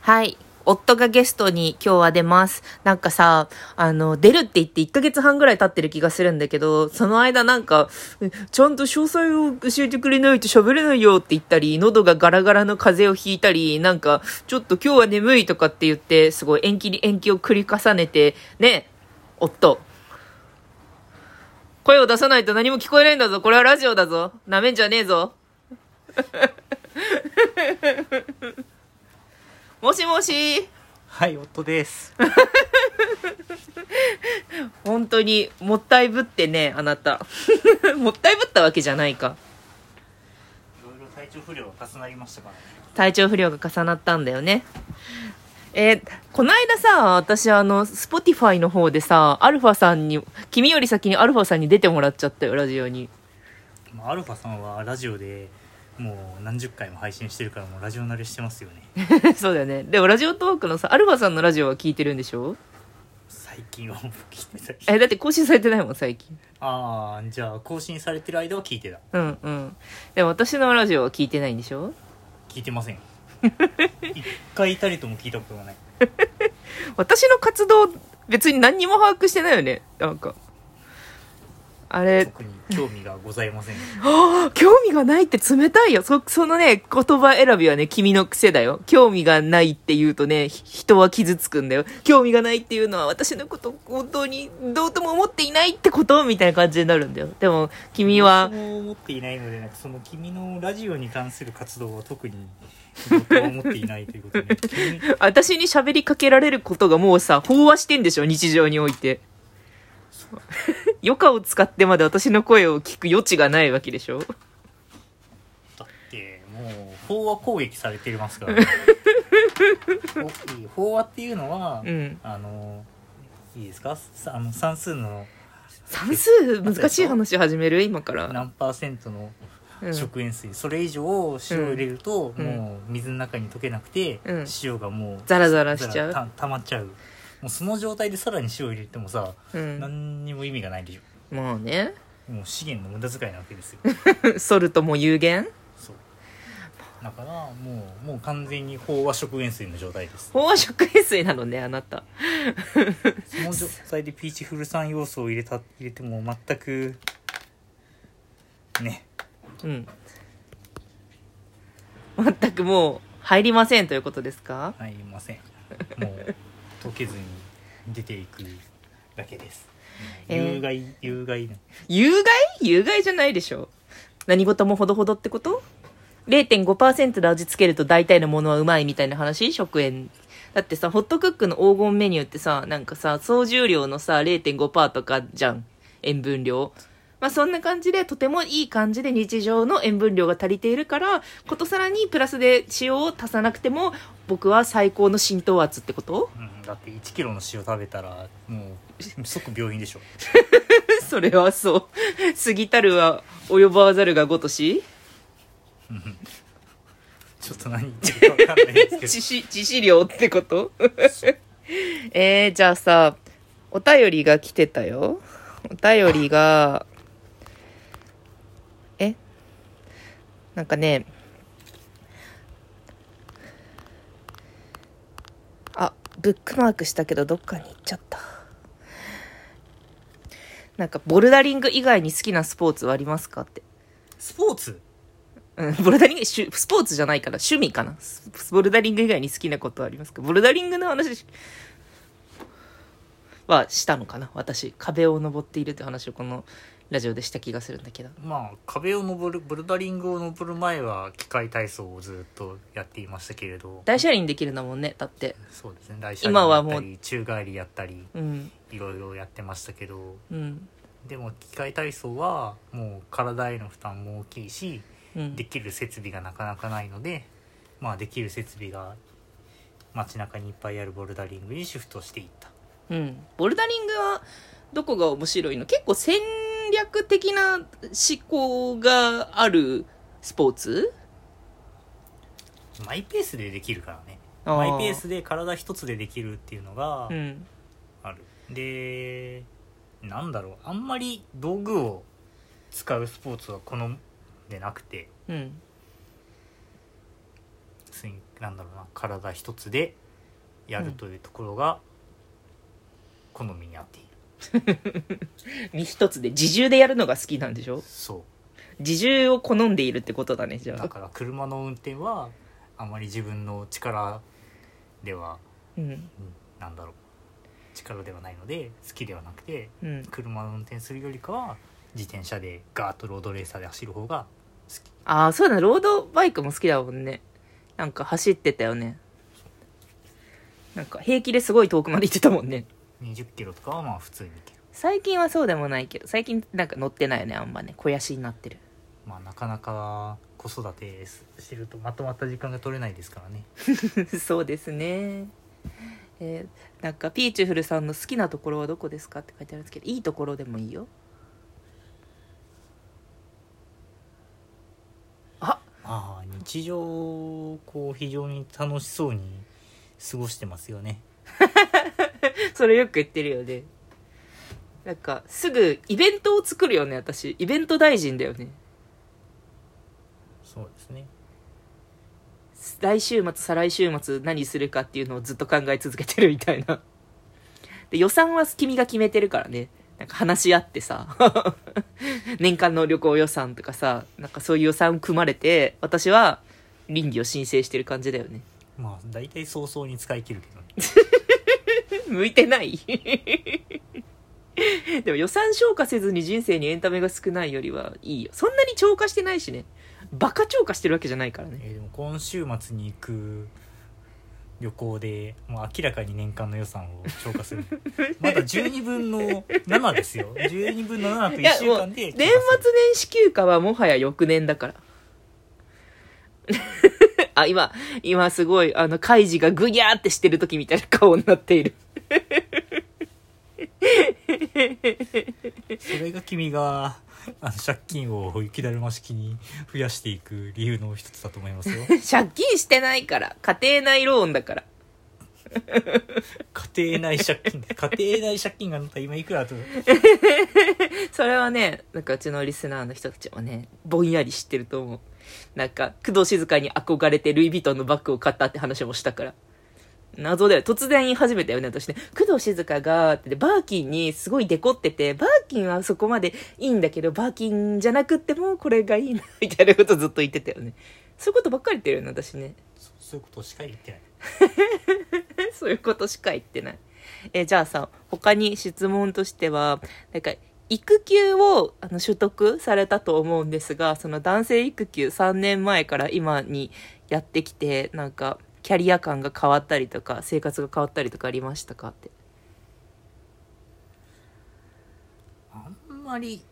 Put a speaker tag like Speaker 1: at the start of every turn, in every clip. Speaker 1: はい。夫がゲストに今日は出ます。なんかさ、あの、出るって言って1ヶ月半ぐらい経ってる気がするんだけど、その間なんか、えちゃんと詳細を教えてくれないと喋れないよって言ったり、喉がガラガラの風邪をひいたり、なんか、ちょっと今日は眠いとかって言って、すごい延期に延期を繰り重ねて、ね、夫。声を出さないと何も聞こえないんだぞ。これはラジオだぞ。なめんじゃねえぞ。もしもし。
Speaker 2: はい、夫です。
Speaker 1: 本当にもったいぶってねあなた もったいぶったわけじゃないか
Speaker 2: いろいろ体調不良が重なりましたからね。
Speaker 1: 体調不良が重なったんだよねえーこないださ私あの Spotify の方でさアルファさんに君より先にアルファさんに出てもらっちゃったよラジオに
Speaker 2: まあ、アルファさんはラジオでもう何十回も配信してるから、もうラジオ慣れしてますよね。
Speaker 1: そうだよねでもラジオトークのさアルファさんのラジオは聞いてるんでしょ
Speaker 2: 最近はもう聞いてない。
Speaker 1: えだって更新されてないもん最近
Speaker 2: ああ、じゃあ更新されてる間は聞いてた。
Speaker 1: うんうんでも私のラジオは聞いてないんでしょ
Speaker 2: 聞いてま せん。一回いたりとも聞いたことがない。
Speaker 1: 私の活動別に何にも把握してないよねなんかあれ
Speaker 2: 特に興味がございません。
Speaker 1: 興味がないって冷たいよ。そ、そのね、言葉選びはね、君の癖だよ。興味がないって言うとね、ひ人は傷つくんだよ。興味がないっていうのは私のこと本当にどうとも思っていないってことみたいな感じになるんだよ。でも、君は
Speaker 2: 僕、も思っていないので、なんかその君のラジオに関する活動は特に僕は思っていないという ことで、君
Speaker 1: 私に喋りかけられることがもうさ、飽和してんでしょ、日常において。余暇を使ってまで私の声を聞く余地がないわけでしょ
Speaker 2: だってもう飽和攻撃されてま すから、ね、飽和っていうのは、
Speaker 1: うん
Speaker 2: あのいいですかさあの算数の
Speaker 1: 算数難しい話始める今から。
Speaker 2: 何パーセントの
Speaker 1: うん
Speaker 2: 食塩水、それ以上塩を入れると、
Speaker 1: うん
Speaker 2: もう水の中に溶けなくて、
Speaker 1: うん
Speaker 2: 塩がもう
Speaker 1: ザラザラしちゃう
Speaker 2: ザラた溜まっちゃうもうその状態でさらに塩を入れてもさ、
Speaker 1: うん
Speaker 2: 何にも意味がないでしょ
Speaker 1: まあね。
Speaker 2: もう資源の無駄遣いなわけですよ
Speaker 1: ソルトも有限
Speaker 2: そうだからもうもう完全に飽和食塩水の状態です
Speaker 1: 飽和食塩水なのねあなた
Speaker 2: その状態でピーチフル酸要素を入れた入れても全くね
Speaker 1: うん全くもう入りませんということですか
Speaker 2: 入りませんもう溶けずに出ていくだけです
Speaker 1: えー
Speaker 2: 有害有害な
Speaker 1: 有害有害じゃないでしょ何事もほどほどってこと0.5%で味付けると大体のものはうまいみたいな話食塩だってさホットクックの黄金メニューってさなんかさ総重量のさ0.5%とかじゃん塩分量まあそんな感じでとてもいい感じで日常の塩分量が足りているからことさらにプラスで塩を足さなくても僕は最高の浸透圧ってこと
Speaker 2: うん、だって1キロの塩食べたらもう即病院でしょ
Speaker 1: それはそう。過ぎたるは及ばざるがごとし。
Speaker 2: ちょっと何言ってるか分かんないんで
Speaker 1: 致
Speaker 2: す
Speaker 1: 死、致死量ってこと
Speaker 2: けど
Speaker 1: えー、じゃあさ、お便りが来てたよ。お便りが、えなんかね、あ、ブックマークしたけどどっかに行っちゃった。なんか、ボルダリング以外に好きなスポーツはありますかって。
Speaker 2: スポーツ
Speaker 1: うんボルダリング、しゅスポーツじゃないから、趣味かな。スボルダリング以外に好きなことはありますかボルダリングの話しはしたのかな私、壁を登っているって話をこのラジオでした気がするんだけど。
Speaker 2: まあ壁を登るボルダリングを登る前は機械体操をずっとやっていましたけれど
Speaker 1: 大車輪できるんだもんね、だって。
Speaker 2: そうですね大車
Speaker 1: 今
Speaker 2: 輪
Speaker 1: は
Speaker 2: やっ
Speaker 1: もう
Speaker 2: たり宙返りやったり
Speaker 1: うん、
Speaker 2: いろいろやってましたけど
Speaker 1: うん、
Speaker 2: でも機械体操はもう体への負担も大きいし
Speaker 1: うん
Speaker 2: で。きる設備がなかなかないので、まあ、できる設備が街中にいっぱいあるボルダリングにシフトしていった
Speaker 1: うん。ボルダリングはどこが面白いの結構戦略的な思考があるスポーツ
Speaker 2: マイペースでできるからね
Speaker 1: あー
Speaker 2: マイペースで体一つでできるっていうのが
Speaker 1: うん。
Speaker 2: ある、でなんだろうあんまり道具を使うスポーツは好んでなくて
Speaker 1: うん。
Speaker 2: つになんだろうな体一つでやるというところが好みに合っている、
Speaker 1: 身一つで自重でやるのが好きなんでしょ
Speaker 2: そ
Speaker 1: 自重を好んでいるってことだねじ
Speaker 2: う
Speaker 1: ゃ
Speaker 2: だ
Speaker 1: あ、
Speaker 2: から車の運転はあまり自分の力では、
Speaker 1: うん
Speaker 2: うんなんだろう力ではないので好きではなくて
Speaker 1: うん、
Speaker 2: 車を運転するよりかは自転車でガーッとロードレーサーで走る方が
Speaker 1: ああそうだロードバイクも好きだもんねなんか走ってたよねなんか平気ですごい遠くまで行ってたもんね
Speaker 2: 20キロとかはまあ普通に行ける
Speaker 1: 最近はそうでもないけど最近なんか乗ってないよねあんまね肥やしになってる
Speaker 2: まあなかなか子育てしてるとまとまった時間が取れないですからね
Speaker 1: そうですね。えーなんかピーチフルさんの好きなところはどこですかって書いてあるんですけどいいところでもいいよ
Speaker 2: ああ日常をこう非常に楽しそうに過ごしてますよね
Speaker 1: それよく言ってるよねなんかすぐイベントを作るよね私イベント大臣だよね
Speaker 2: そうですね
Speaker 1: 来週末再来週末何するかっていうのをずっと考え続けてるみたいな で予算は君が決めてるからねなんか話し合ってさ 年間の旅行予算とかさなんかそういう予算組まれて私は倫理を申請してる感じだよね
Speaker 2: まあ大体早々に使い切るけどね
Speaker 1: 向いてない でも予算消化せずに人生にエンタメが少ないよりはいいよそんなに超過してないしねバカ超過してるわけじゃないからね
Speaker 2: えーでも今週末に行く旅行でもう明らかに年間の予算を超過 するまだ12分の7ですよ12分の7と
Speaker 1: い
Speaker 2: 1
Speaker 1: や
Speaker 2: 週
Speaker 1: もう
Speaker 2: 間
Speaker 1: 年
Speaker 2: で
Speaker 1: 末
Speaker 2: 超過
Speaker 1: 年
Speaker 2: する
Speaker 1: 始休暇はもはや翌年だから あ今今すごいあのカイジがグギャーってしてる時みたいな顔になっている
Speaker 2: それが君があの借金を雪だるま式に増やしていく理由の一つだと思いますよ
Speaker 1: 借金してないから家庭内ローンだから
Speaker 2: 家庭内借金家庭内借金があなた今いくらあと
Speaker 1: それはねなんかうちのリスナーの人たちもねぼんやり知ってると思うなんか工藤静香に憧れてルイ・ヴィトンのバッグを買ったって話もしたから謎だよ突然言い始めたよね私ね工藤静香がってでバーキンにすごいデコっててバーキンはそこまでいいんだけどバーキンじゃなくってもこれがいいなみたいなことずっと言ってたよねそういうことばっかり言ってるよね私ね
Speaker 2: そそういうことしか言ってない
Speaker 1: そういうことしか言ってないえじゃあさ他に質問としてはなんか育休をあの取得されたと思うんですがその男性育休3年前から今にやってきてなんかキャリア感が変わったりとか生活が変わったりとかありましたかって
Speaker 2: あんまり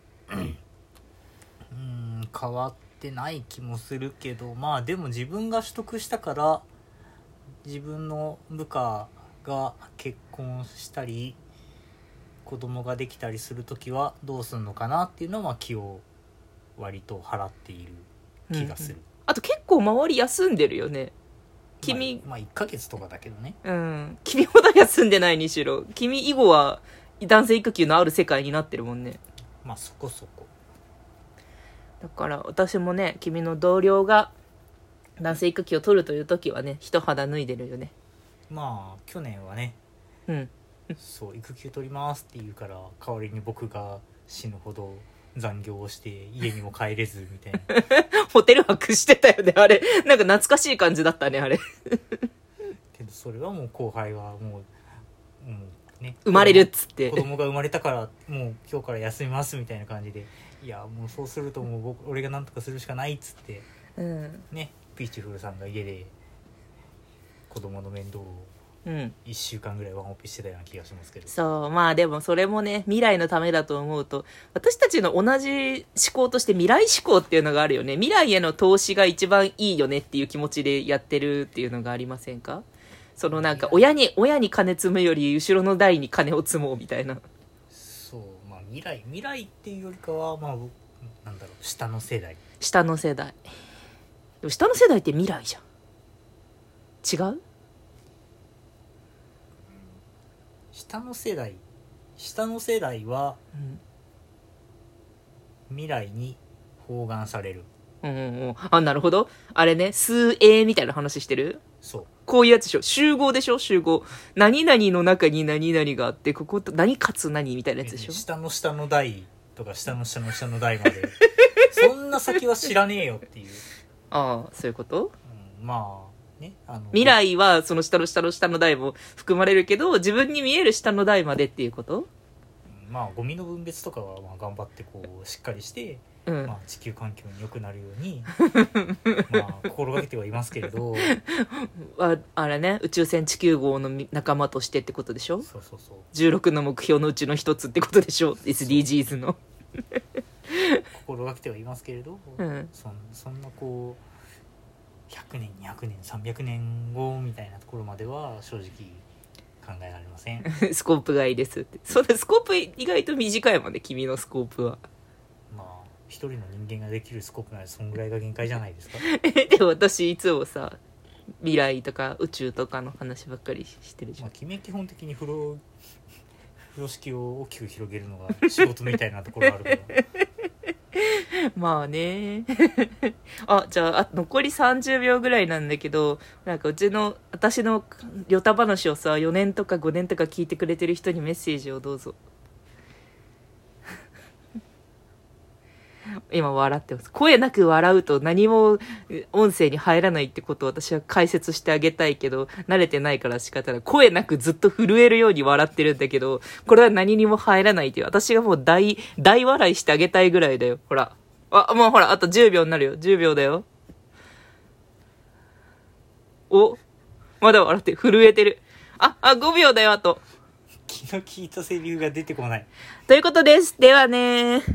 Speaker 2: うんうん変わってない気もするけどまあでも自分が取得したから自分の部下が結婚したり子供ができたりする時はどうすんのかなっていうのはまあ気を割と払っている気がする、
Speaker 1: あと結構周り休んでるよね君
Speaker 2: まあ、まあ1ヶ月とかだけどね
Speaker 1: うん君ほど休んでないにしろ君以後は男性育休のある世界になってるもんね
Speaker 2: まあそこそこ
Speaker 1: だから私もね君の同僚が男性育休を取るという時はね一肌脱いでるよね
Speaker 2: まあ去年はね
Speaker 1: うん
Speaker 2: そう育休取りますって言うから代わりに僕が死ぬほど残業をして家にも帰れずみたい な
Speaker 1: ホテル泊してたよねあれなんか懐かしい感じだったねあれ
Speaker 2: けどそれはもう後輩はもうもうね
Speaker 1: 生まれるっつって
Speaker 2: 子供が生まれたからもう今日から休みますみたいな感じでいやもうそうするともう僕俺が何とかするしかないっつって
Speaker 1: うん
Speaker 2: ねピーチフルさんが家で子供の面倒を
Speaker 1: うん
Speaker 2: 1週間ぐらいワンオペしてたような気がしますけど
Speaker 1: そうまあでもそれもね未来のためだと思うと私たちの同じ思考として未来思考っていうのがあるよね未来への投資が一番いいよねっていう気持ちでやってるっていうのがありませんかそのなんか親に親に金積むより後ろの代に金を積もうみたいな
Speaker 2: そうまあ未来未来っていうよりかはまあ僕なんだろう下の世代
Speaker 1: 下の世代でも下の世代って未来じゃん違う
Speaker 2: 下の世代下の世代は
Speaker 1: うん
Speaker 2: 未来に包含される
Speaker 1: ううんうんうん。あ、なるほど。あれね、数英みたいな話してる
Speaker 2: そう
Speaker 1: こういうやつでしょ集合でしょ集合。何々の中に何々があって、ここと何かつ何みたいなやつでしょ
Speaker 2: 下の下の台とか下の下の下の台ま でそんな先は知らねえよっていう、
Speaker 1: ああ、そういうこと
Speaker 2: うんまあねあの
Speaker 1: 未来はその下の下の下の台も含まれるけど、自分に見える下の台までっていうこと
Speaker 2: うんまあゴミの分別とかはまあ頑張ってこうしっかりして、
Speaker 1: うん
Speaker 2: ま。あ、地球環境に良くなるよ うにまあ心がけてはいますけれど
Speaker 1: ああれね、宇宙船地球号の仲間としてってことでしょ
Speaker 2: そうそうそう
Speaker 1: 16の目標のうちの一つってことでしょ ?SDGs の。
Speaker 2: 心がけてはいますけれど、
Speaker 1: うん
Speaker 2: そんそんなこう100年200年300年後みたいなところまでは正直考えられません
Speaker 1: スコープがいいですって。そうだ、スコープ意外と短いもんね、君のスコープは。
Speaker 2: まあ一人の人間ができるスコープ ならそんぐらいが限界じゃないですか
Speaker 1: でも私いつもさ未来とか宇宙とかの話ばっかりしてるじゃ
Speaker 2: ま
Speaker 1: ん
Speaker 2: あ君は基本的に風呂 風呂敷を大きく広げるのが仕事みたいなところあるから
Speaker 1: まあねあじゃああ残り30秒ぐらいなんだけどなんかうちの私のヨタ話をさ4年とか5年とか聞いてくれてる人にメッセージをどうぞ今笑ってます声なく笑うと何もえ音声に入らないってことを私は解説してあげたいけど慣れてないから仕方ない声なくずっと震えるように笑ってるんだけどこれは何にも入らないっていう私がもう大大笑いしてあげたいぐらいだよほらあもうほらあと10秒になるよ10秒だよおまだ笑ってる震えてるああ5秒だよあと
Speaker 2: 気の利いたセリフが出てこない
Speaker 1: ということですではねー